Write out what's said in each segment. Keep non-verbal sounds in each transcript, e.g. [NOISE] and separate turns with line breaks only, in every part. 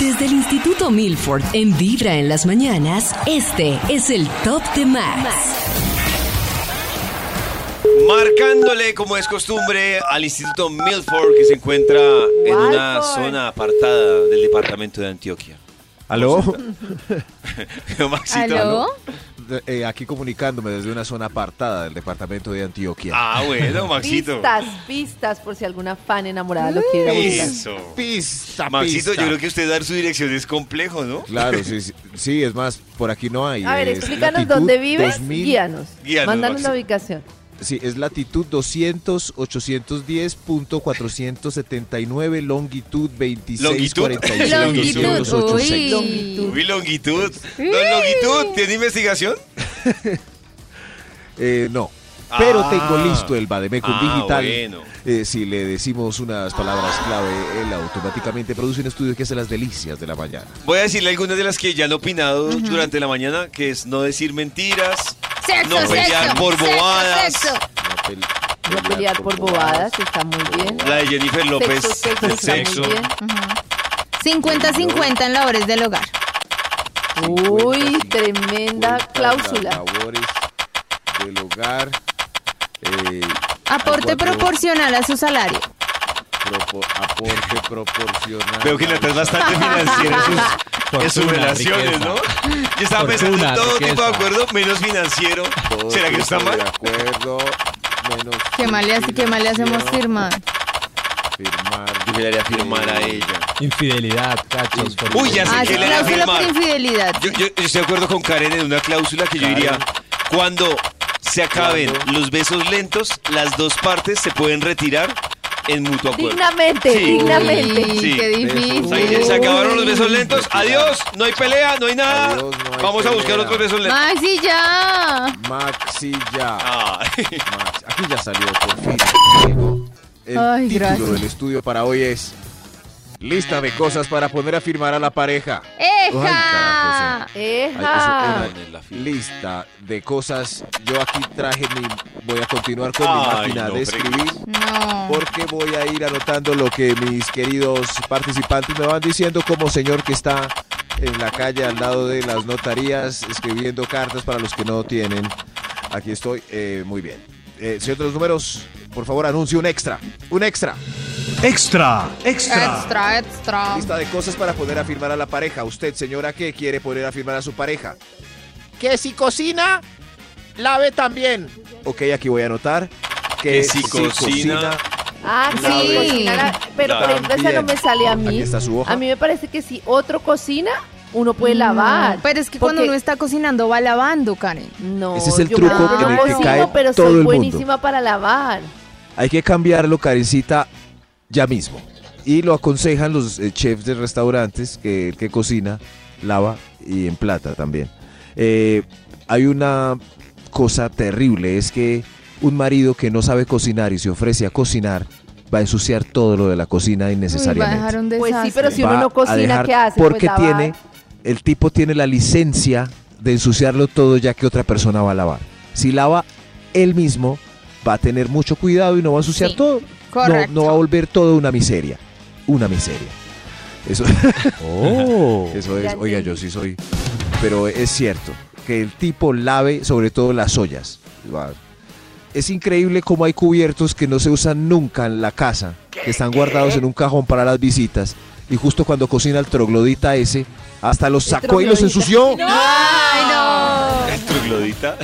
Desde el Instituto Milford en Vibra en las mañanas, este es el Top de Max.
Marcándole, como es costumbre, al Instituto Milford que se encuentra en una zona apartada del departamento de Antioquia. [LAUGHS]
¿Aló?
Maxito.
¿Aló?
Eh, aquí comunicándome desde una zona apartada del departamento de Antioquia.
Ah, bueno, Maxito.
Pistas, pistas, por si alguna fan enamorada lo quiere buscar.
Eso.
Pista,
Maxito,
pista.
yo creo que usted dar su dirección es complejo, ¿no?
Claro, sí, sí, sí, es más, por aquí no hay.
A ver,
es
explícanos
latitud
dónde vives,
2000,
guíanos.
Guíanos,
Mándanos
Maxi.
la ubicación.
Sí, es latitud 200 810.479, longitud 26
Longitud.
46,
Longitud,
286.
Longitud.
Uy, longitud. Don Longitud, ¿tiene investigación?
Eh, no. Pero
Ah.
tengo listo el Bademecum
Ah,
digital.
bueno.
Eh, si le decimos unas palabras clave, él automáticamente produce un estudio que hace las delicias de la mañana.
Voy a decirle algunas de las que ya han opinado durante la mañana, que es no decir mentiras, no pelear por bobadas.
No pel-
No pelear por bobadas, está muy bien.
La de Jennifer López,
sexo,
el sexo.
sexo, está
50-50 en labores del hogar.
muy bien. Uy,
50,
tremenda
Cuenta las
cláusula.
labores del hogar. eh,
Aporte
cuatro,
proporcional a su salario.
propo- aporte proporcional.
Veo que le atrás bastante financiera en sus, en sus
Fortuna,
relaciones,
riqueza.
¿no? Yo estaba pensando en
Fortuna,
todo tipo de
riqueza.
acuerdo, menos financiero.
Todo
¿Será que está
tipo
mal?
De acuerdo, menos
¿Qué mal le, hace- qué mal le hacemos
financiero,
firmar?
Firmar. eh,
Yo le haría firmar a ella.
Infidelidad, cachos. por
Uy, ya sé
Ah,
que
sí,
le haría
cláusula
firmar.
por infidelidad.
Yo, yo- yo estoy de acuerdo con Karen en una cláusula que yo diría, cuando se acaben los besos lentos, las dos partes se pueden retirar en mutuo acuerdo.
Dignamente,
Sí.
dignamente.
Uy,
Sí,
qué
O sea, que
difícil.
se acabaron los besos lentos, adiós, no hay pelea, no hay nada.
Adiós, no hay
Vamos a buscar
pelea.
otros besos lentos.
Maxi, ya.
Maxi ya.
Ah, [LAUGHS]
Max- Aquí ya salió por fin. El
Ay,
título
gracias.
del estudio para hoy es Lista de cosas para poner a firmar a la pareja.
¡Eja!
Ay,
Ah.
Eja.
eso, una lista de cosas. Yo aquí traje mi. Voy a continuar con mi
Ay,
máquina
no
de escribir.
No.
Porque voy a ir anotando lo que mis queridos participantes me van diciendo, como señor que está en la calle al lado de las notarías escribiendo cartas para los que no tienen. Aquí estoy, eh, muy bien. Eh, señor de los números, por favor, anuncie un extra. Un extra.
Extra,
Extra, extra.
Lista de cosas para poner a firmar a la pareja. Usted, señora, ¿qué quiere poner a firmar a su pareja?
Que si cocina, lave también.
Ok, aquí voy a anotar que,
Que si cocina-
Ah, sí.
Sí.
cocina la- Pero por ejemplo, esa no
También.
me sale a
Aquí
mí.
está su hoja.
A mí me parece que si otro cocina, uno puede lavar.
No, Mm. pero es que cuando
Porque-
uno está cocinando va lavando, Karen.
No,
Ese es el
yo
truco
no-
en el
yo
que
cocino,
cae
pero
todo el
soy
mundo.
buenísima para lavar.
Hay que cambiarlo, Karencita, ya mismo. Y lo aconsejan los eh, chefs de restaurantes que el que cocina, lava y en plata también. Eh, hay una cosa terrible, es que un marido que no sabe cocinar y se ofrece a cocinar va a ensuciar todo lo de la cocina
Uy, va a
innecesariamente.
dejar un desastre.
Pues sí, pero si uno
Va
no
a
cocina,
dejar-
¿qué hace?
Porque
Pues lavar.
tiene, el tipo tiene la licencia de ensuciarlo todo ya que otra persona va a lavar. Si lava él mismo, va a tener mucho cuidado y no va a ensuciar
Sí,
todo. No-
Correcto.
No, va a volver todo una miseria. Una miseria. Eso,
Oh.
eso es,
Ya
oiga,
entendí.
yo sí soy. Pero es cierto que el tipo lave sobre todo las ollas. Va- Es increíble cómo hay cubiertos que no se usan nunca en la casa, que están guardados en un cajón para las visitas. Y justo cuando cocina el troglodita ese, hasta los
El
sacó y los
troglodita.
ensució.
¡Ay, no!
el troglodita.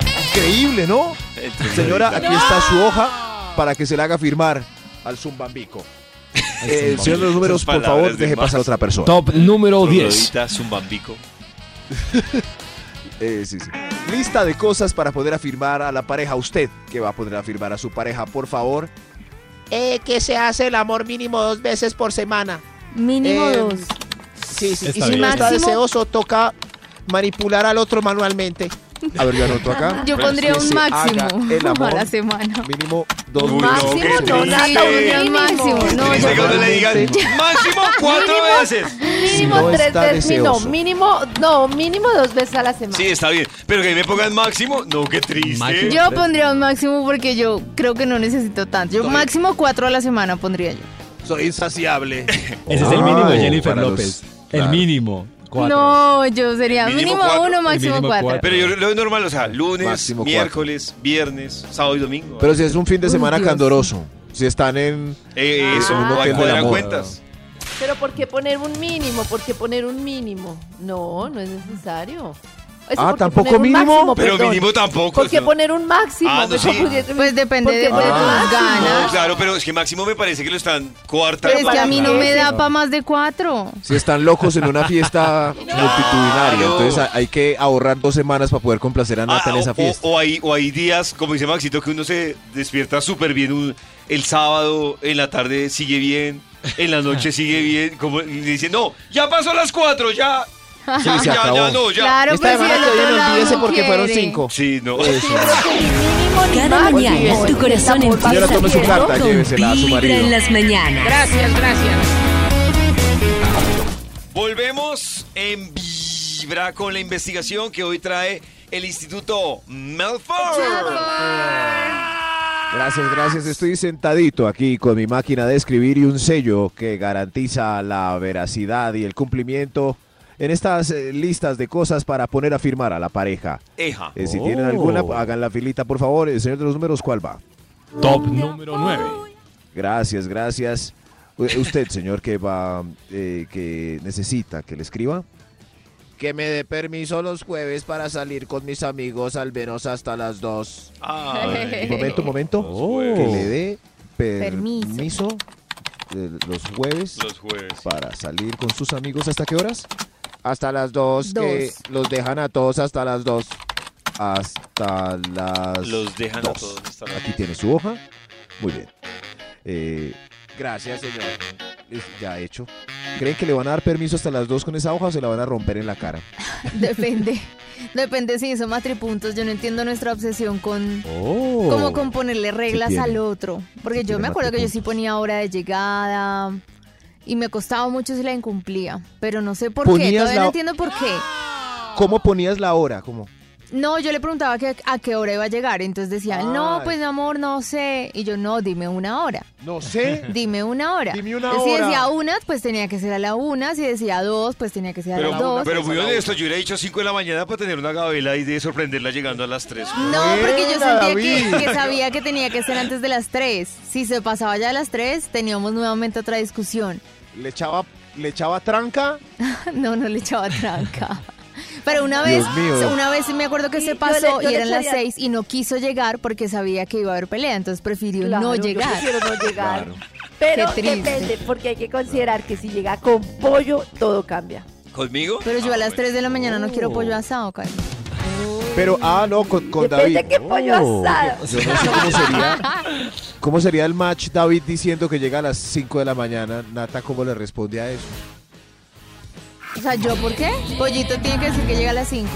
Increíble, ¿no?
El troglodita.
Señora, aquí está su hoja para que se la haga firmar al zumbambico. Eh, señor de los números,
Esas
por
palabras
favor,
de
deje
más.
pasar a otra persona.
Top número 10.
troglodita, zumbambico.
Eh, sí, sí. Lista de cosas para poder afirmar a la pareja. Usted que va a poder afirmar a su pareja, por favor.
Eh, que se hace el amor mínimo dos veces por semana.
Mínimo
Eh,
dos.
Sí, sí.
Está
y si
bien.
no está
Máximo-
deseoso, toca manipular al otro manualmente.
A ver, yo anoto acá.
Yo pondría
Pues, Que
un
se
máximo
haga el amor
[LAUGHS] a la semana.
Mínimo dos
Uy, no,
veces.
qué
Máximo, no,
triste.
Nata,
Sí,
un
un máximo. No,
Triste que
yo-
cuando le digan máximo cuatro veces.
Mínimo
no
tres
está
veces, mi- no,
deseoso.
mínimo, no, mínimo dos veces a la semana.
Sí, está bien. Pero que ahí me pongan máximo, no, qué triste.
Máximo.
Yo pondría un máximo porque yo creo que no necesito tanto. Yo máximo cuatro a la semana pondría yo.
Soy
[LAUGHS]
insaciable.
Ese es el mínimo de
Ay,
Jennifer
para los-
López. El
claro.
mínimo. Cuatro.
No, yo sería
Mínimo
mínimo,
cuatro.
uno, máximo
Mínimo
cuatro.
cuatro.
Pero yo lo normal, o sea, lunes,
Máximo cuatro.
miércoles, viernes, sábado y domingo.
Pero si es un fin de
Uy,
semana
Dios.
candoroso, si están en.
Eh, eso, hay
Ah.
que
Uno que
cuadrar
enamora.
cuentas.
Pero ¿por qué poner un mínimo? ¿Por qué poner un mínimo? No, no es necesario. Eso,
Ah,
¿por qué
¿tampoco
poner un
mínimo?
Oh,
máximo?
Pero
Perdón.
mínimo tampoco.
¿Por qué
¿no?
poner un máximo?
Ah, no,
Eso
sí.
pudiera-
Pues depende
¿Por
de
qué
tus
poner un
Ah.
máximo?
No,
ganas.
claro, pero es que máximo me parece que lo están cuarta.
Pero es que a mí no
Para
me
qué,
da
sí.
para más de cuatro.
Si están locos en una
[LAUGHS]
fiesta multitudinaria. Entonces hay- hay que ahorrar dos semanas para poder complacer a Nata en esa
Ah, o,
fiesta.
o- o hay, o hay días, como dice Maxito, que uno se despierta súper bien un- el sábado, en la tarde sigue bien, en la noche
[LAUGHS]
sigue bien, como y dice, no, ya pasó las cuatro, ya,
Sí, [LAUGHS] se
ya, ya,
acabó.
no, ya.
Claro,
Esta
pero si
semana
del
que
otro
viene
lado
olvídese
no
porque fueron
quiere.
cinco.
Sí, no.
Cada mañana tu corazón
Tampoco
empieza
Señora, tome su carta,
con
llévesela a su
vibra
marido.
en las mañanas.
[LAUGHS] Volvemos en Vibra con la investigación que hoy trae el Instituto Melford.
Gracias, gracias. Estoy sentadito aquí con mi máquina de escribir y un sello que garantiza la veracidad y el cumplimiento en estas eh, listas de cosas para poner a firmar a la pareja.
Eja.
Eh, Si
Oh.
tienen alguna, hagan la filita, por favor. El señor de los números, ¿cuál va?
Top número 9.
Gracias, gracias. U- eh, Usted, señor, que va, eh, que necesita que le escriba.
Que me dé permiso los jueves para salir con mis amigos al menos hasta las dos.
Ay.
[LAUGHS] Un momento, un momento.
Oh.
Que le dé
Permiso.
permiso eh, los jueves
Los jueves.
para salir con sus amigos. ¿Hasta qué horas?
Hasta las dos, que
Dos.
los dejan a todos hasta las dos.
Hasta las.
Los dejan a
dos.
todos. hasta la-
Aquí tiene su hoja. Muy bien. Eh,
Gracias, señor.
es- ya hecho. ¿Creen que le van a dar permiso hasta las dos con esa hoja o se la van a romper en la cara?
[LAUGHS] Depende. Depende si hizo matripuntos. Yo no entiendo nuestra obsesión con
Oh.
cómo con ponerle reglas
tiene.
al otro. Porque
Sí
yo
tiene
me acuerdo que yo sí
matripuntos.
ponía hora de llegada y me costaba mucho si la incumplía. Pero no sé por qué.
Ponías
Todavía
la-
no entiendo por qué.
¿Cómo ponías la hora? ¿Cómo?
No, yo le preguntaba que- a qué hora iba a llegar. Entonces decía, no, pues mi amor, no sé. Y yo, no, dime una hora.
No sé.
Dime una hora.
Dime una
Entonces, Si
hora.
decía una, pues tenía que ser a la una. Si decía dos, pues tenía que ser a las
Pero,
dos.
pero muy honesto, yo hubiera dicho 5 de la mañana para tener una gabela y de sorprenderla llegando a las 3.
No, porque yo
Buena,
sentía que,
David.
que sabía que tenía que ser antes de las tres. Si se pasaba ya de las tres, teníamos nuevamente otra discusión.
Le echaba, le echaba tranca.
[LAUGHS] No, no le echaba tranca. Pero una vez,
Dios mío.
una vez me acuerdo que
Sí,
se
yo
pasó
le- yo
y
le
eran las
echaría-
seis y no quiso llegar porque sabía que iba a haber pelea, entonces prefirió
Claro,
no
yo
llegar.
prefiero no llegar. Pero
Qué triste.
depende, porque hay que considerar que si llega con pollo, todo cambia.
¿Conmigo?
Pero yo
Ah,
a las
bueno.
3 de la mañana no quiero pollo asado, Karen.
Pero, ah, no, con, con
depende
David.
de qué pollo
Oh.
asado.
Yo no sé cómo sería, cómo sería el match David diciendo que llega a las 5 de la mañana. Nata, ¿cómo le responde a eso?
O sea, ¿yo por qué? Pollito tiene que decir que llega a las 5.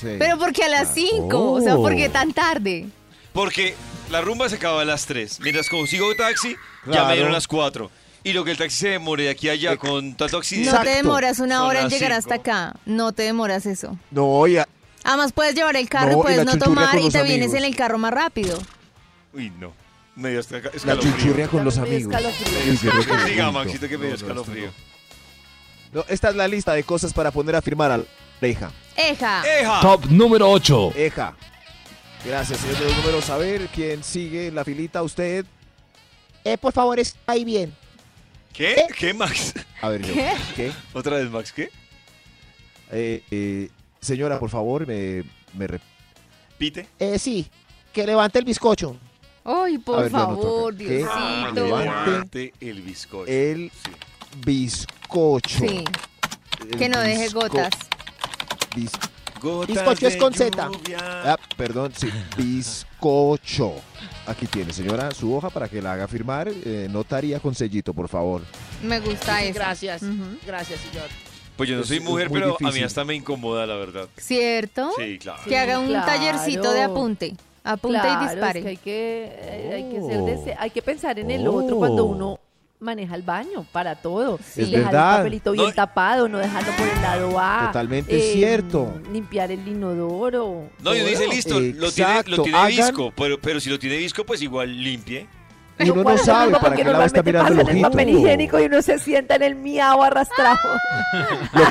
Sí. Oh.
¿Pero por qué a las 5? O sea, ¿por qué tan tarde?
Porque la rumba se acaba a las 3. Mientras consigo un taxi, ya
Claro. Eh,
me dieron las 4. Y lo que el taxi se demore de aquí a allá con tanto accidente.
No te demoras una
Son
hora en
las
llegar hasta
cinco.
acá. No te demoras eso.
No, ya.
Además, puedes llevar el carro
No,
y
y
puedes
la
no
chunturria
tomar
con
y
los
te vienes
amigos.
en el carro más rápido.
Uy, no. Me dio hasta acá-
La
escalofrío.
chuchurria con los
Me dio
amigos.
escalofrío.
Uy, qué rico.
Diga, Maxito, que me dio
No, no, esto
escalofrío.
no. No, esta es la lista de cosas para poner a firmar a la pareja.
Eja.
Eh.
¡Eja!
Top número 8.
Eja. Gracias, señor de los números. A ver, ¿quién sigue en la filita? Usted.
Eh, por favor, está ahí bien.
¿Qué? ¿Qué, Max? [LAUGHS]
A ver, yo.
¿Qué?
¿Qué?
Otra vez, Max, ¿qué?
Eh, eh, señora, por favor, me, me rep-
¿Pite?
Eh, sí. Que levante el bizcocho.
Ay,
A
por
ver, lo anoto
favor,
acá. ¿Qué?
Diosito.
Levanta.
Levante el bizcocho.
el
Sí.
bizcocho.
Sí,
[LAUGHS] El
que no deje
bizco-
gotas.
bis-
Gotas
Bizcocho es
de
con Z.
lluvia.
ah, perdón, sí, bizcocho. Aquí tiene, señora, su hoja para que la haga firmar. Eh, notaría con sellito, por favor.
Me gusta eso.
Gracias.
Ujú.
Gracias, señor.
Pues yo no
Es-
soy
es
mujer,
muy
pero a mí
difícil.
hasta me incomoda, la verdad.
¿Cierto?
Sí, claro.
Que haga un
claro.
tallercito de apunte. Apunte
Claro,
y
es
dispare.
que hay que, eh, hay que ser
Oh.
dese- hay que pensar en el otro cuando
Oh.
uno maneja el baño para todo.
Sí. Es
dejar
verdad.
el papelito bien
No.
tapado, no dejarlo por el lado A. eh,
Totalmente
cierto.
Limpiar el inodoro.
No, yo
todo.
dice listo, lo tiene, lo
Exacto,
tiene
hagan-
visco, pero, pero si lo tiene visco, pues igual limpie.
Y uno no
puedo hacer
sabe
algo
para
porque
qué lado está
normalmente
mirando el
pasan papel
ojito. Ah,
higiénico y uno se sienta en el miau arrastrado. [LAUGHS]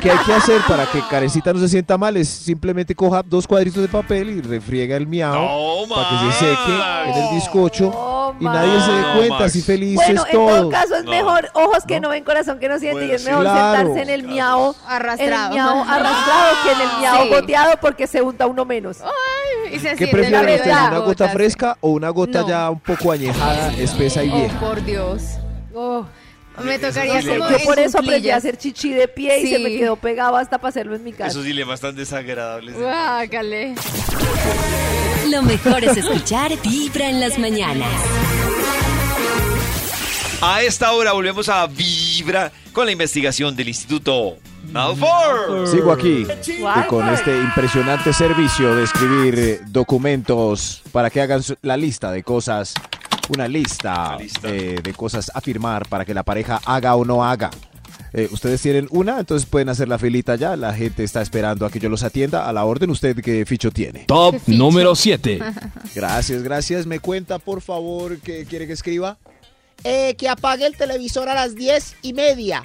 Lo que hay que hacer para que Carecita no se sienta mal es simplemente coja dos cuadritos de papel y refriega el miau
No,
para que se seque
Max.
en el bizcocho
No,
y nadie se dé
Max.
cuenta, así felices
Bueno, en todo
todos.
caso es
No.
mejor ojos que no. ven, corazón que no siente
Bueno,
y es
sí.
mejor
Claro.
sentarse en el miau en el
Arrastrado.
miau
[LAUGHS]
arrastrado que en el miau
Sí. Oh,
goteado porque se unta uno menos.
Y se
¿Qué
siente la
prefieren ustedes,
verdad.
una gota fresca o una gota
No.
ya un poco añejada, espesa y vieja?
Oh, por Dios. Oh, me
Eso
tocaría
sí
como
le-
Yo
en
por eso aprendí a
cuclillas.
hacer chichi de pie y se me
Sí.
quedó pegado hasta para hacerlo en mi casa.
Esos dilemas tan desagradables.
[LAUGHS]
Guácale.
Lo mejor es escuchar Vibra en las mañanas.
A esta hora volvemos a Vibra con la investigación del Instituto Malfour.
Sigo aquí y con este impresionante servicio de escribir eh, documentos para que hagan su- la lista de cosas, una lista,
La lista.
eh, de cosas a firmar para que la pareja haga o no haga. Eh, ustedes tienen una, entonces pueden hacer la filita ya. La gente está esperando a que yo los atienda. A la orden, usted qué ficho tiene.
Top
Qué ficho.
número 7.
Gracias, gracias. Me cuenta, por favor, que quiere que escriba.
Eh, que apague el televisor a las diez y media.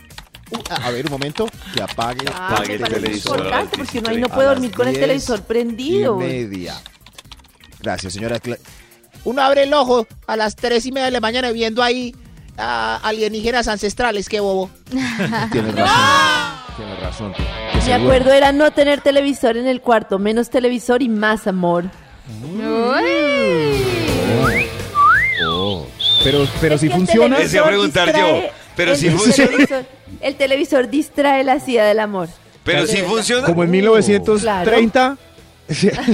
Uh, a a ver, un momento. Que apague,
Ah,
Apague
me
el
parece
televisor,
importante porque uno ahí no
a
puede
las
dormir con el
10
televisor prendido.
Y media. Gracias, señora.
[LAUGHS]
Cla-
Uno abre el ojo a las tres y media de la mañana viendo ahí a alienígenas ancestrales, qué bobo.
Tienes razón. Tienes razón. Que
Mi
se
acuerdo era no tener televisor en el cuarto, menos televisor y más amor.
duerma. Pero, pero
Es
si
que el
funciona.
televisor
Ese iba a preguntar
distrae-
yo, pero
el
si funciona.
televisor- El televisor distrae la sida del amor.
Pero si
Sí.
funciona.
Uh,
Como en 1930.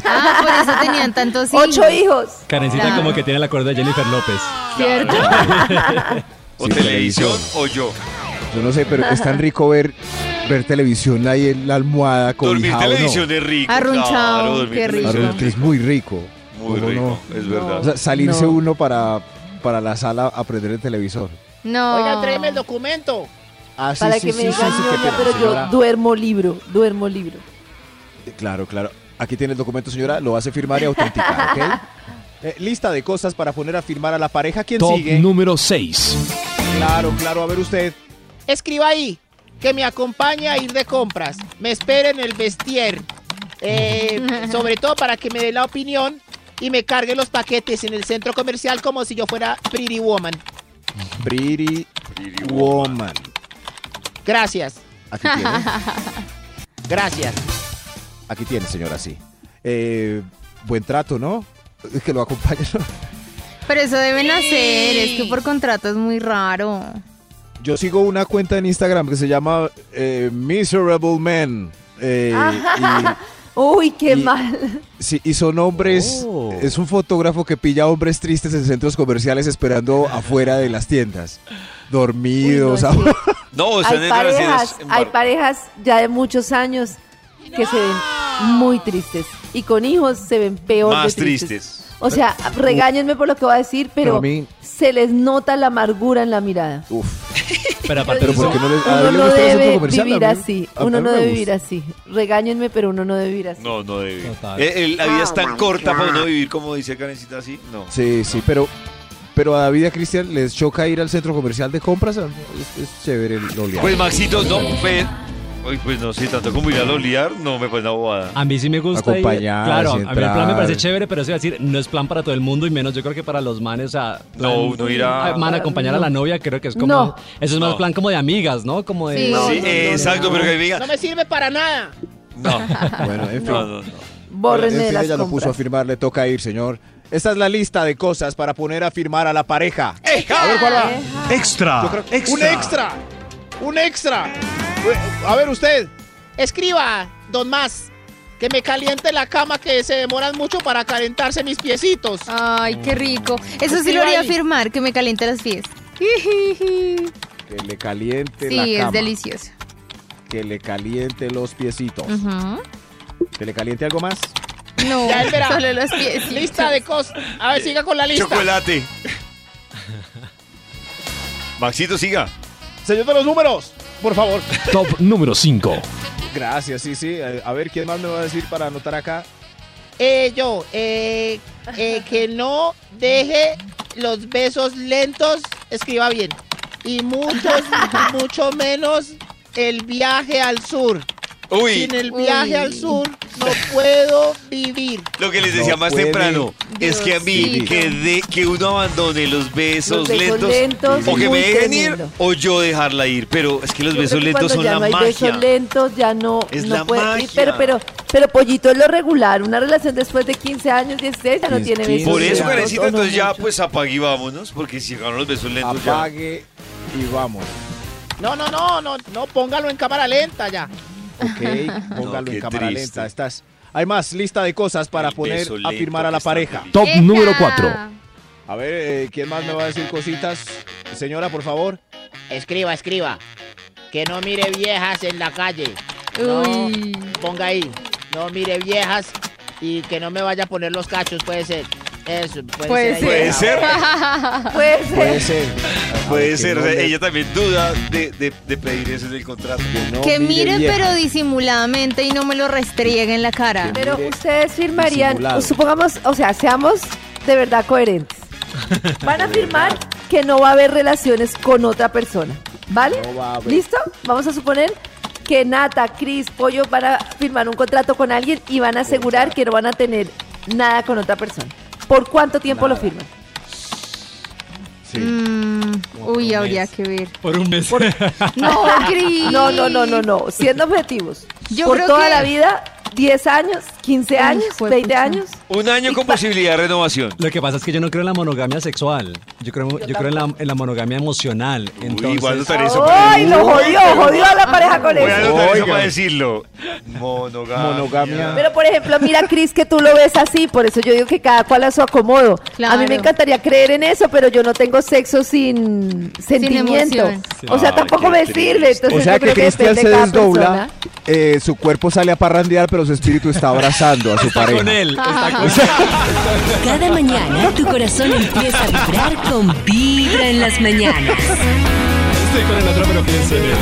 Ah, por eso tenían tantos hijos.
Ocho hijos.
Karencita
Claro.
como que tiene la cuerda de Jennifer López.
¿Cierto?
O
Sí,
televisión o yo.
Yo no sé, pero es tan rico ver, ver televisión ahí en la almohada con
Dormir televisión es rico.
Arrunchao,
claro, dormir
qué
televisión
rico.
es muy rico.
es Muy
¿Cómo
rico,
no?
es
O
verdad.
sea, salirse
No.
uno para, para la sala a prender el televisor.
No.
Oiga, tráeme el documento.
Ah, sí,
para
sí,
que
sí,
me digan,
sí, sí, qué
"Ñoña,
pena,
pero yo
señora.
duermo libro, duermo libro.
Claro, claro. Aquí tiene el documento, señora. Lo hace firmar y autenticar, ¿ok?
[LAUGHS]
Eh, lista de cosas para poner a firmar a la pareja. ¿Quién
Top
sigue?
número 6.
Claro, claro. A ver usted.
Escriba ahí, que me acompañe a ir de compras. Me espere en el vestier. Eh, sobre todo para que me dé la opinión y me cargue los paquetes en el centro comercial como si yo fuera Pretty Woman.
Pretty Woman.
Gracias,
Aquí
[LAUGHS]
tiene.
gracias.
Aquí tiene, señora, sí. Eh, buen trato, ¿no? Es Que lo acompañe. ¿no?
Pero eso deben hacer, es que por contrato es muy raro.
Yo sigo una cuenta en Instagram que se llama eh, Miserable Men. eh,
Uy, qué
Y-
mal.
y, sí, y son hombres.
Oh.
Es un fotógrafo que pilla hombres tristes en centros comerciales esperando afuera de las tiendas. Dormidos.
Uy, no, sí.
No, están
hay
en relaciones
parejas,
en
hay
bar-
parejas ya de muchos años que se ven muy tristes y con hijos se ven peor. de
más
tristes.
tristes.
O sea, regáñenme por lo que voy a decir, pero
uh, Pero a mí-
se les nota la amargura en la mirada.
[LAUGHS] Uf.
Pero aparte
Pero
de eso,
¿por qué no les, a
Uno
él le
no
gusta el centro
debe
comercial,
vivir
a mí-
así,
a- a
uno
mí
no
me
debe
gusta.
vivir así. Regáñenme, pero uno no debe vivir así.
No, no debe vivir.
Total.
Eh, el- la vida es tan corta para uno vivir como dice Karencita así. No.
Sí, sí, pero, pero a David y a Cristian les choca ir al centro comercial de compras. Es, es chévere el lo liado.
Pues Maxito, no, fe- Uy, pues no, sí, tanto como ir a lo liar, no me parece una bobada.
A mí sí me gusta. ir-
Acompañar,
claro, a mí
así
el plan me
entrar.
parece chévere, pero eso iba a decir, no es plan para todo el mundo y menos yo creo que para los manes. O sea, plan-
No, uno irá-
Ah, Man, acompañar a la novia creo que es como.
No.
Eso es más
No.
plan como de amigas, ¿no? Como de.
Sí. No,
Sí, eh,
no, no,
exacto, pero que me
No
diga.
me sirve para nada.
No, [LAUGHS]
[LAUGHS] Bueno, en fin.
no, no. no.
Bórrenme
En
de
fin,
las
ella lo puso a
compras.
firmar, le toca ir, señor. Esta es la lista de cosas para poner a firmar a la pareja. A ver cuál va. Ah.
Extra.
Un extra, un extra. Eh, A ver usted, escriba, don Más, que me caliente la cama que se demoran mucho para calentarse mis piecitos.
Ay, qué rico. Eso sí
Escriba
lo haría
ahí.
firmar, que me caliente los pies.
Que le caliente la
Sí,
cama.
es delicioso.
que le caliente los piecitos.
Ujú.
¿Que le caliente algo más?
No,
Ya, espera.
solo los pies.
Lista de cosas. A ver, siga con la lista.
Chocolate. Maxito, siga.
Señor de los números, por favor.
Top número 5.
[LAUGHS] Gracias, sí, sí. Eh, A ver, ¿quién más me va a decir para anotar acá?
Eh, yo, eh, eh, que no deje los besos lentos, escriba bien.
[LAUGHS]
Y muchos, mucho menos el viaje al sur.
Uy,
Sin el viaje
Uy.
al sur no puedo vivir.
lo que les decía
No
más
puede.
temprano es que a mí
Diosito.
que, de, que uno abandone los besos,
Los besos lentos,
o que me
muy
dejen
tremendo.
ir o yo dejarla ir. Pero es que los
Yo
besos
creo que
lentos
cuando
son
ya
la
no hay
magia.
besos lentos, ya no.
Es
no
la magia.
Pero, pero, pero Pollito es lo regular. Una relación después de 15 años, 16, ya no
15,
tiene besos
Por eso,
lentos,
Karencita,
o no
entonces ya
mucho.
pues apague y vámonos, porque si llegaron los besos lentos ya.
Apague y vamos.
No, no, no, no, no, póngalo en cámara lenta ya.
[LAUGHS]
Ok, póngalo
qué
en cámara
triste.
lenta. Estás. Hay más, lista de cosas para
El
poner
beso
a
lento
firmar a
que
la
está
pareja.
feliz.
Top
Esa.
número 4.
A ver, eh, ¿quién más me va a decir cositas? Señora, por favor.
Escriba, escriba. Que no mire viejas en la calle. No,
Uy.
ponga ahí. No mire viejas y que no me vaya a poner los cachos, puede ser. Eso, puede,
Puede
ser. ahí.
Puede ser,
[LAUGHS] Puede
Puede ser.
ser. A
puede
ver, que
ser.
no le-
Ella también duda de, de- de pedir eso en el contrato.
que no
Que mire,
vieja.
pero disimuladamente y no me lo restriegue en la cara.
Pero
Mire,
ustedes firmarían,
disimulado.
supongamos, o sea, seamos de verdad
[LAUGHS]
coherentes. Van a firmar que no va a haber relaciones con otra persona, ¿vale?
No va a haber.
¿Listo? Vamos a suponer que Nata, Cris, Pollo van a firmar un contrato con alguien y van a asegurar que no van a tener nada con otra persona. ¿Por cuánto tiempo lo
[LAUGHS]
firman?
Sí.
Mm, uy,
un
habría
mes.
que ver.
Por un mes.
No,
[LAUGHS]
Cris.
No, no, no, no, no. Siendo objetivos.
Yo
Por
creo
toda
que-
la vida, 10 años, 15
Ay,
años,
juepucha.
20 años.
Un año con posibilidad de renovación.
[LAUGHS] Lo que pasa es que yo no creo en la monogamia sexual. Yo creo, yo creo en, la, en la monogamia emocional.
Uy,
Entonces,
igual no estaré eso para
¡Ay, lo jodió! Jodió a la pareja con
Voy a
eso.
anotar eso
Oiga.
para decirlo. Monogamia.
Monogamia.
Pero por ejemplo, mira Cris que tú lo ves así, por eso yo digo que cada cual a su acomodo. A mí
Claro.
me encantaría creer en eso, pero yo no tengo sexo sin sentimiento.
emoción.
o sea,
Ay,
tampoco
qué
me
triste.
sirve. Entonces
O sea
yo
que
creo que
Cristian
depende
se
de cada
desdobla,
persona.
eh, su cuerpo sale a parrandear, pero su espíritu está abrazando a su
Está
pareja.
con él. Está con
[LAUGHS]
Cada mañana tu corazón empieza a vibrar con Vibra en las mañanas.
Estoy con el otro, pero pienso en él.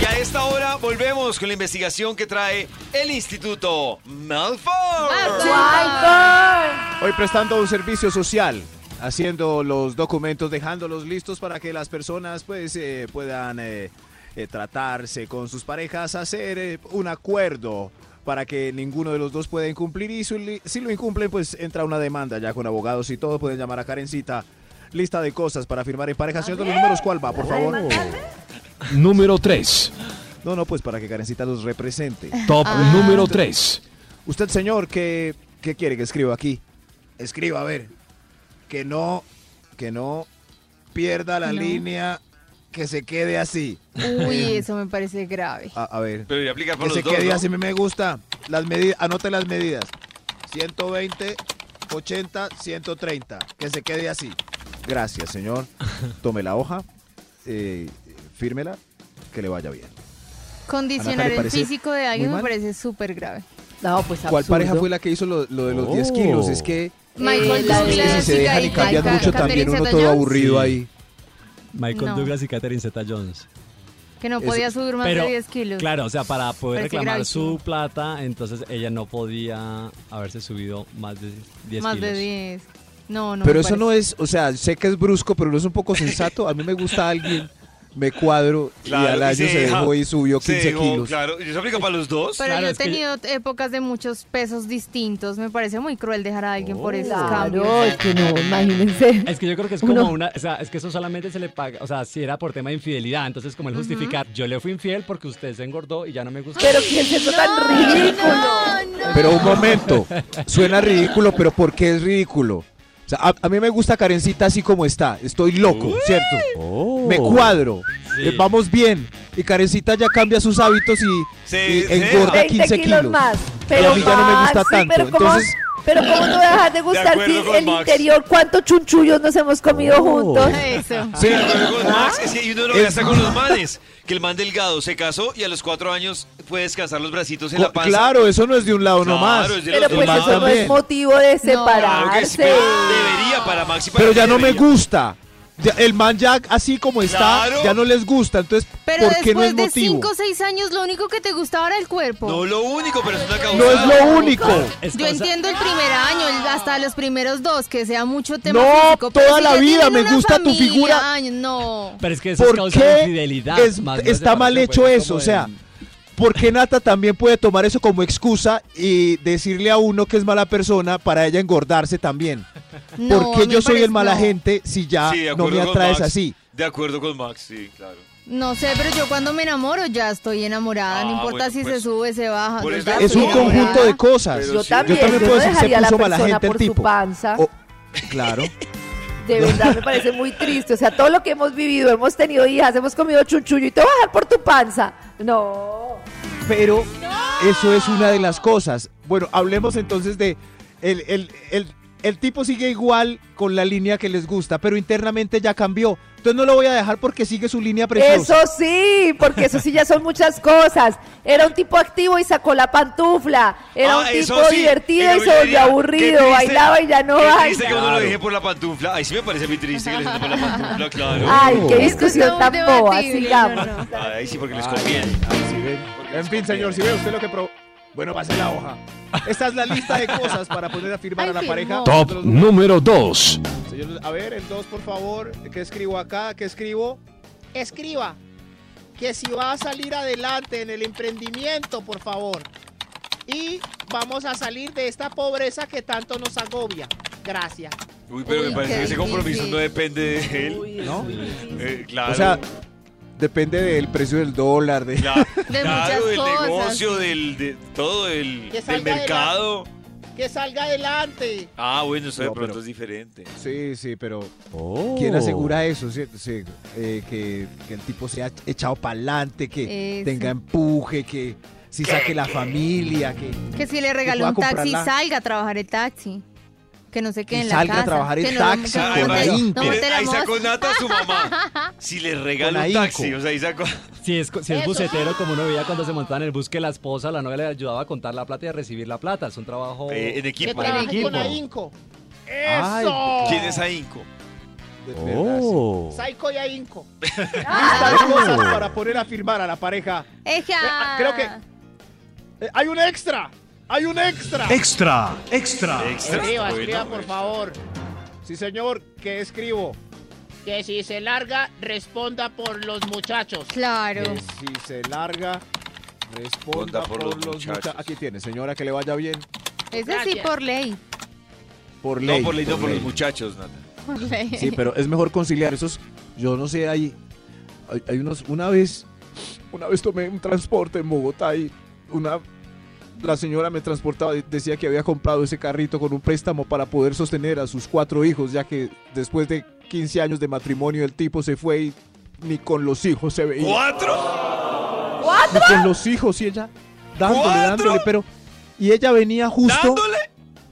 Y a esta hora volvemos con la investigación que trae el Instituto Malfoy.
Hoy prestando un servicio social, haciendo los documentos, dejándolos listos para que las personas pues eh, puedan eh, eh, tratarse con sus parejas, hacer eh, un acuerdo para que ninguno de los dos pueda incumplir y su- si lo incumplen pues entra una demanda ya con abogados y todo, pueden llamar a Karencita. Lista de cosas para firmar en pareja. Señor de los números, ¿cuál va, por favor?
[LAUGHS] Número 3.
No, no, pues para que Karencita los represente.
Top
Ah.
número 3.
Usted, señor, ¿qué, qué quiere que escriba aquí?
Escriba, a ver.
que no, que no pierda la
No.
línea, que se quede así.
[LAUGHS] Uy, eso me parece grave.
A, a ver,
Pero ya aplica
que
para
se
los dos,
quede
¿no?
así, a mí me gusta. Las medidas, anote las medidas. 120, 80, 130. Que se quede así. Gracias, [LAUGHS] señor. Tome la hoja, eh, fírmela, que le vaya bien.
Condicionar
Natalia,
el
parece
físico de alguien
muy mal.
me parece súper grave.
No, pues
¿Cuál
absurdo.
pareja fue la que hizo lo, lo de los 10
Oh.
kilos? Es que, eh,
Michael
la-
es que si
Douglas
se
y
dejan y
Ca-
cambian
Ca-
mucho,
Catherine
también uno todo
Zeta-Jones,
aburrido
Sí.
ahí.
Michael
No.
Douglas y Catherine Zeta-Jones.
Que no
Eso-
podía subir más de 10 kilos.
claro, o sea, para poder
Parece
reclamar
gravísimo.
su plata, entonces ella no podía haberse subido más de 10
más
kilos.
de 10. No, no.
Pero
me
eso no
parece.
es, o sea, sé que es brusco, pero no es un poco sensato. A mí me gusta alguien, me cuadro y
Claro,
al año
y se
se,
deja-
dejó y
[LAUGHS]
subió
Se
15
dejó,
kilos.
Claro, ¿y eso aplica para los dos?
Pero
Claro,
yo he
es que-
tenido épocas de muchos pesos distintos. Me parece muy cruel dejar a alguien por esos cambios.
Oh, Claro, es que no, imagínense.
Es que yo
[LAUGHS]
creo que es como
Uno-
una, o sea, es que eso solamente se le paga, o sea, si era por tema de infidelidad, entonces como el justificar, yo le fui infiel porque usted se engordó y ya no me gusta.
Pero ¿qué es eso tan ridículo?
Pero un momento, suena ridículo, pero ¿por qué es ridículo? O sea, a, a mí me gusta Karencita así como está. Estoy loco, ¿cierto?
Oh.
Me cuadro.
Sí.
eh, vamos bien. Y Karencita ya cambia sus hábitos y,
Se
y
deja.
engorda
20
15
kilos más.
Pero
Pero
a mí ya no me gusta
Maxi,
tanto.
pero ¿cómo-
Entonces,
Pero ¿cómo no voy a dejar de gustar
acuerdo
si
con
el
Max.
interior? ¿Cuántos chunchullos nos hemos comido juntos?
Eso.
Sí, de acuerdo con
¿Ah?
Max, es que hay uno lo que está con los manes. Que el man delgado se casó y a los cuatro años puede descansar los bracitos en la panza.
Claro, eso no es de un lado
Claro,
nomás.
es de los
Pero
dos
pues
lados.
eso no es
también.
motivo de
Claro que sí,
separarse.
pero debería para Max y para
Pero
mí
ya no me
debería.
gusta. Ya, el man ya así como está,
Claro.
ya no les gusta. Entonces,
Pero
¿por qué no es
después de
motivo?
5 o 6 años, lo único que te gustaba era el cuerpo.
No lo único, pero es una causa.
No es lo único.
Es
Yo
cosa-
entiendo el primer año, el- hasta los primeros dos, que sea mucho tema
No,
físico, pero
toda
si
la
ya
vida,
tienen
me
una
gusta tu
familia,
figura.
ay, no.
Pero es que eso es
¿Por
causa de
qué
infidelidad.
es-
más no
está mal
separación,
hecho
pues,
eso?
como
O sea,
de-
¿por qué Nata también puede tomar eso como excusa y decirle a uno que es mala persona para ella engordarse también?
No,
¿Por qué
a mí
yo
me
soy
parece-
el mala
no.
gente si ya
Sí, de
Ah, no
acuerdo
me
con
atraes
Max.
así?
De acuerdo con Max, sí, claro.
No sé, pero yo cuando me enamoro ya estoy enamorada,
Ah,
no importa
bueno,
si
pues,
se sube, se baja.
por
Ah, yo
eso
ya
es
Es
estoy
un
Sí,
conjunto
enamorada.
de cosas.
Pero
Yo
sí.
también,
Yo también
yo
puedo
no
decir, se
dejaría a la
puso mala
persona
gente el
por su
tipo.
panza.
O- Oh, claro.
De verdad me parece muy triste. O sea, todo lo que hemos vivido, hemos tenido hijas, hemos comido chuchullo y te voy a dejar por tu panza. No.
Pero eso es una de las cosas. Bueno, hablemos entonces de el, el- el- el tipo sigue igual con la línea que les gusta, pero internamente ya cambió. Entonces no lo voy a dejar porque sigue su línea
Eso
preciosa.
sí, porque eso sí ya son muchas cosas. Era un tipo activo y sacó la pantufla. Era
Ah,
un
eso
tipo
sí,
divertido
ella
y
me
se volvió
diría, qué
aburrido.
triste,
Bailaba y ya no
qué
baila.
triste que uno lo deje por la pantufla. Ahí sí me parece muy triste que lo dejen por la pantufla, claro.
Ay, qué
Esto
está
discusión
muy
tan boba.
debatible,
Sigamos.
no, no.
Ahí sí porque les conviene.
En fin, señor, si ve usted lo que pro... Bueno, pase la hoja. Esta es la lista de cosas para poner a firmar
Ay,
a la
firmó.
pareja.
Top
Nosotros-
número 2.
Señor, a ver, el 2, por favor. ¿Qué escribo acá? ¿Qué escribo?
Escriba que si va a salir adelante en el emprendimiento, por favor. Y vamos a salir de esta pobreza que tanto nos agobia. Gracias.
Uy, pero
Uy,
me parece
qué
que ese compromiso
difícil.
no depende de él.
¿No?
Eh, claro.
O sea, depende del precio del dólar. De...
[LAUGHS]
Cla-
De
claro,
muchas
del
cosas.
negocio, del, de todo el
Que
del
salga
mercado.
Que salga adelante.
Ah, bueno, eso de
No,
pronto
pero-
es diferente.
Sí, sí, pero
Oh.
¿Quién asegura eso? ¿cierto? Sí, eh, que, que el tipo sea echado para adelante, que
Eso.
tenga empuje, que si saque la familia, que,
Que si le regaló
pueda
un taxi,
comprarla.
salga a trabajar el taxi. Que no se quede
Que
en la
salga a
casa.
trabajar el
que
taxi,
No,
con
no, monte-
ahínco.
no
Miren,
monte la
ahí sacó
moto.
Nata a su
[LAUGHS]
mamá. Si le regala
Con
un
ahínco.
taxi, o sea, ahí sacó.
Si es, co- si es
Eso.
bucetero, como uno veía cuando se montaba en el bus, que la esposa, la novia le ayudaba a contar la plata y a recibir la plata. Es un trabajo.
Eh, en
Que
equipo.
trabaje con
equipo.
ahínco.
Ay,
¡Eso!
¿Quién
Oh.
es ahínco?
de verdad, sí.
Oh.
Oh.
Saico y ahínco.
Las cosas para poner a firmar a la pareja.
Eja.
ah, creo que-
Eh, ¡Hay un extra! ¡Hay un extra!
Extra, extra.
Extra.
Escriba,
Bueno, pues.
escriba, por
bueno.
favor.
Sí, señor, ¿qué escribo?
Que si se larga, responda por los muchachos.
Claro.
Que si se larga, responda por, los, muchachos.
muchachos.
Aquí tiene, señora, que le vaya bien.
Ese sí
Gracias.
por ley.
Por
No
ley.
por ley, no por los
ley.
muchachos, Nata.
Por ley.
Sí, pero es mejor conciliar esos. Yo no sé, hay, hay, hay unos. Una vez, una vez tomé un transporte en Bogotá y una. La señora me transportaba y decía que había comprado ese carrito con un préstamo para poder sostener a sus cuatro hijos, ya que después de 15 años de matrimonio el tipo se fue y ni con los hijos se veía.
¿Cuatro?
Ni con los hijos y ella dándole,
¿Cuatro?
dándole, pero. Y ella venía justo.
¿Dándole?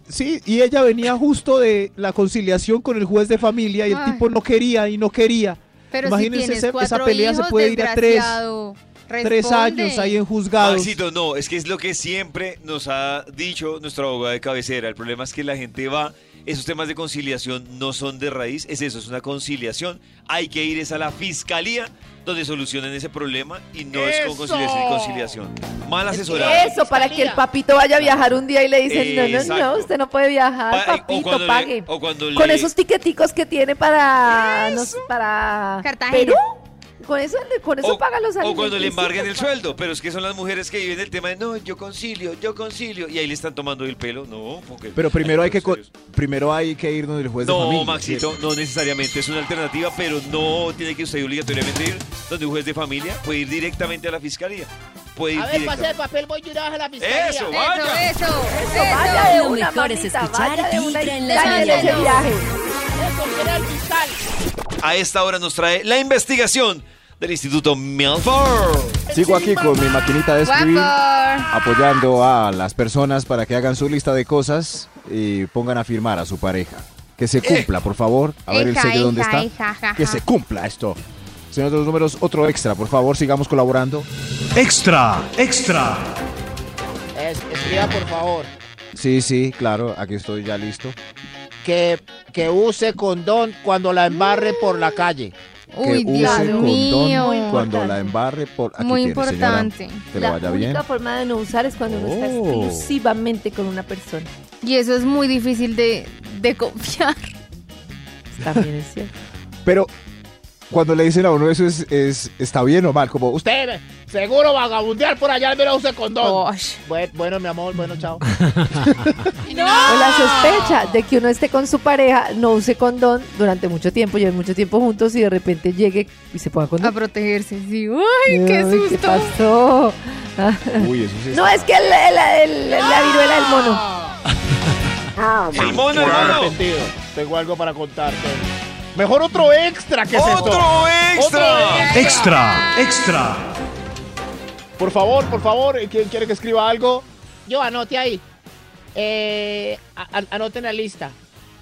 Sí, y ella venía justo de la conciliación con el juez de familia y el
Ay.
tipo no quería y no quería.
Pero
Imagínense
si tienes
ese-
cuatro
esa pelea se
hijos,
puede ir a tres-
desgraciado,
Tres
responde.
años ahí en juzgados.
Maxito, no, es que es lo que siempre nos ha dicho nuestro abogado de cabecera. El problema es que la gente va, esos temas de conciliación no son de raíz, es eso, es una conciliación. Hay que ir es a la fiscalía donde solucionen ese problema y no es con
¡Eso!
conciliación y conciliación. Mal asesorado.
Eso, para que el papito vaya a viajar un día y le dicen, no, no,
Exacto.
no, usted no puede viajar,
Pa- eh, o
papito,
cuando le-
pague.
o cuando
Con
le-
esos tiqueticos que tiene para, no sé, para
Cartagena.
Perú. Con eso, con eso paga los
o
alimentos.
cuando le embarguen el sueldo, pero es que son las mujeres que viven el tema de no, yo concilio, yo concilio, y ahí le están tomando el pelo. No, porque.
Pero primero hay que co-
Serios.
primero hay que ir donde el juez de
No,
familia.
Maxito, no necesariamente es una alternativa, pero no tiene que usted obligatoriamente ir donde un juez de familia, puede ir directamente a la fiscalía. Puede ir
A ver, pase
directamente.
el papel, voy yo una vez a la fiscalía.
Eso,
Eso,
Vaya.
eso,
Eso, vaya
eso.
de
Lo
una,
mejor es
mamita,
escuchar
vaya de una
Vibra en
y
las
cállale ese
mañanas.
viaje.
Eso, que era el fiscal.
A esta hora nos trae la investigación del Instituto Melford.
Sigo aquí con mi maquinita de escribir
Guapo.
apoyando a las personas para que hagan su lista de cosas. y pongan a firmar a su pareja. Que
Eh.
se cumpla, por favor. A ver el
Eja,
sello dónde
eja,
está.
eja, ja,
Que
ja.
se cumpla esto. Señor de los números, otro extra, por favor, sigamos colaborando.
Extra, extra.
Es- escriba, por favor,
Sí, sí, claro, aquí estoy ya listo.
que, que use condón cuando la embarre por la calle.
Uy,
que use
Dios
condón
mío.
cuando la embarre por aquí
Muy
tiene, señora.
importante.
Que le
la
vaya
única
bien.
forma de no usar es cuando uno está
Oh.
exclusivamente con una persona.
Y eso es muy difícil de, de confiar.
También es cierto.
Pero cuando le dicen a uno eso es, es- está bien o mal, como usted
[LAUGHS]
Usted seguro vagabundear por allá, al menos use condón.
Osh.
Bue- Bueno, mi amor, bueno, chao.
Ah.
O la sospecha de que uno esté con su pareja, no use condón durante mucho tiempo, lleven mucho tiempo juntos y de repente llegue y se ponga
A
Ah,
condón.
protegerse, sí. ¡Ay, qué
Ay, ¿Qué
susto!
pasó? Ah,
Uy, eso sí
No, es que el- el- el- la viruela del mono.
Ah,
El mono, el
Tengo
mono.
arrepentido. Tengo algo para contarte. Mejor otro extra que es esto.
¡Otro extra!
Extra, extra.
Por favor, por favor, ¿quién quiere que escriba algo? Yo anote ahí. Eh, a- a- anoten la lista.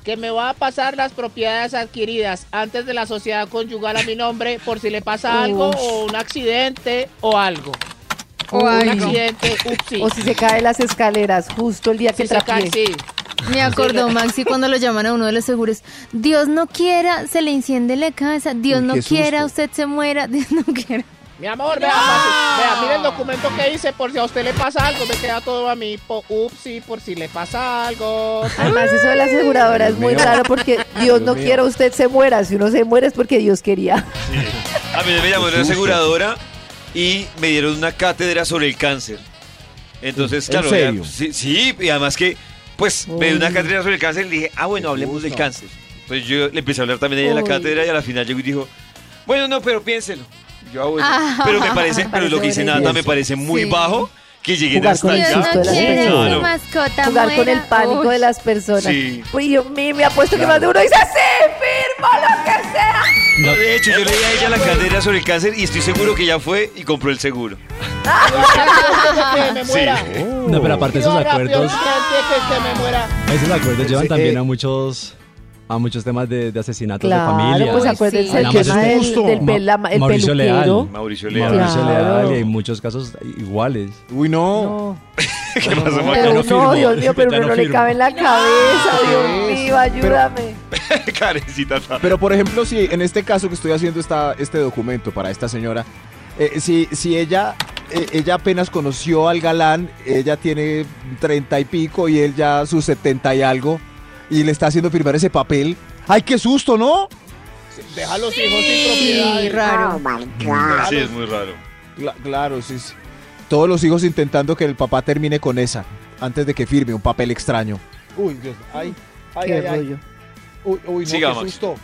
Que me va a pasar las propiedades adquiridas antes de la sociedad conyugal a mi nombre por si le pasa algo o un accidente o algo.
O
un
algo.
accidente, upsi.
O si se cae las escaleras justo el día que
Si se cae,
trapié.
sí.
Me acordó Maxi cuando lo llaman a uno de los seguros. Dios no quiera, se le enciende la casa. Dios
Uy,
no
qué
quiera,
susto.
usted se muera. [LAUGHS] Dios no quiera.
Mi amor, vea, pase- vea, mire el documento que hice por si a usted le pasa algo, me queda todo a mí. po- upsi, por si le pasa
[LAUGHS]
algo.
Además, eso de la aseguradora es
Dios
muy
mío.
raro porque Dios no
mío.
quiera usted se muera. Si uno se muere es porque Dios quería.
A mí me llamó una aseguradora y me dieron una cátedra sobre el cáncer. Entonces,
¿En
claro,
serio?
ya- sí, sí, y además que, pues, me dio una
Uy.
cátedra sobre el cáncer y le dije, ah, bueno,
Qué
hablemos del
susto.
cáncer. Entonces yo le empecé a hablar también a ella de la
Uy.
cátedra y a la final llegó y dijo, bueno, no, pero piénselo. Yo, ah, bueno. Pero me parece, pero lo que dice
Parece
Nata me parece muy
Sí.
bajo que lleguen
Jugar
hasta
con el
allá.
susto de las personas.
Claro.
mascota
Jugar con el
muera.
pánico
Uy.
de las personas.
Sí.
Uy, Dios mío, me apuesto que más de uno dice sí, firmo lo que sea.
No, de hecho, yo le di a ella la cátedra sobre el cáncer y estoy seguro que ella fue y compró el seguro.
que me
Sí.
muera.
No, pero aparte esos
Yo rápido,
acuerdos,
antes que se me muera.
esos acuerdos llevan
Eh,
también
eh.
a muchos a muchos temas de, de asesinatos de
Claro,
familia.
pues
Uy,
acuérdense
sí.
del
Nada más
tema
este
del,
justo.
del
Ma-
pel- la- el
Mauricio
peluquero.
Leal.
Mauricio Leal.
Mauricio
Claro.
Leal y hay muchos casos iguales.
Uy, no.
No,
¿Qué pasó, Maca?
ya
pero
no
no,
firmo.
Dios mío, pero
Ya
uno
no
no le
firmo.
cabe en la cabeza,
No.
Dios mío, ayúdame.
[LAUGHS] Karencita, ta-
Pero por ejemplo, si en este caso que estoy haciendo esta, este documento para esta señora, eh, si, si ella, eh, ella apenas conoció al galán, ella tiene treinta y pico y él ya sus setenta y algo, y le está haciendo firmar ese papel. ¡Ay, qué susto, ¿no?
Deja a los hijos sin
Sí,
propiedad.
raro.
Sí, es muy raro.
Cla- claro, sí, sí. Todos los hijos intentando que el papá termine con esa, antes de que firme un papel extraño.
Uy, Dios. Ay, ay,
Qué
ay, ay.
rollo.
Uy, uy, no,
Sigamos.
qué susto.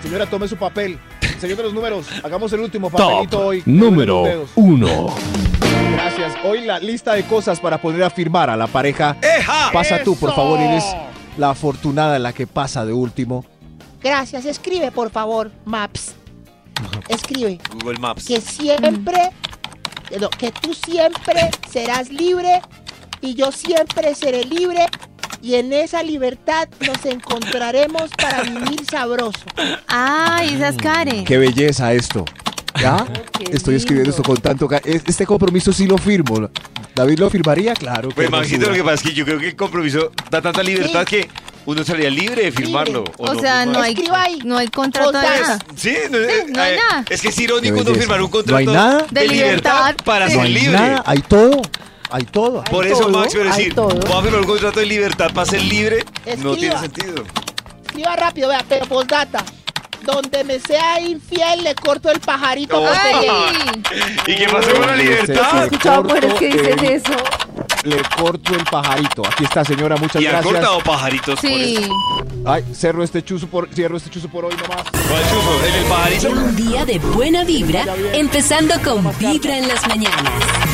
Señora, tome su papel. Señor de los números, hagamos el último papelito
Top
hoy.
número 1.
Gracias. Hoy la lista de cosas para poner a firmar a la pareja.
¡Eja!
Pasa tú, por
¡Eso!
favor, eres la afortunada la que pasa de último.
Gracias, escribe por favor, Maps. Escribe
Google Maps.
que siempre, que no, que tú siempre serás libre y yo siempre seré libre y en esa libertad nos encontraremos para vivir sabroso.
Ay, esas Karen.
¡Qué belleza
[LAUGHS]
esto! ¿Ya?
qué
Estoy escribiendo
lindo.
esto con tanto... ca- es- Este compromiso sí lo firmo. ¿David lo firmaría? Claro. qué
Pues Maxito, lo
hermosura.
que pasa es que yo creo que el compromiso da tanta libertad que uno sería libre de firmarlo.
Libre.
O sea, no hay,
Escriba ahí.
no hay contrato de
Contrato.
nada.
Sí, no, eh,
no hay
eh,
nada.
Es que es
Qué
irónico uno
belleza.
firmar un
No hay
contrato
nada.
de
De
libertad,
libertad.
para
Sí.
No
ser
hay
libre.
nada, hay todo. Hay todo.
Por
Hay
eso,
todo,
Max, pero
hay
decir,
todo.
voy a firmar un contrato de libertad para ser libre, no
Escriba.
tiene sentido.
Escriba rápido, vea, pero postdata. Donde me sea infiel, le corto el pajarito.
Oh.
que se lleve.
¡Ay!
¿Y qué pasó con la
Uy,
He
libertad?
ese-
escuchado mujeres que
corto
dicen
el-
eso.
Le corto el pajarito. Aquí está, señora. Muchas
Y han
gracias.
cortado pajaritos por
Sí.
eso.
Ay, cerro este chuzo por, cierro este chuzo por hoy nomás.
¿Cuál chuzo? ¿En el pajarito?
Un día de buena vibra, empezando con Vibra en las mañanas.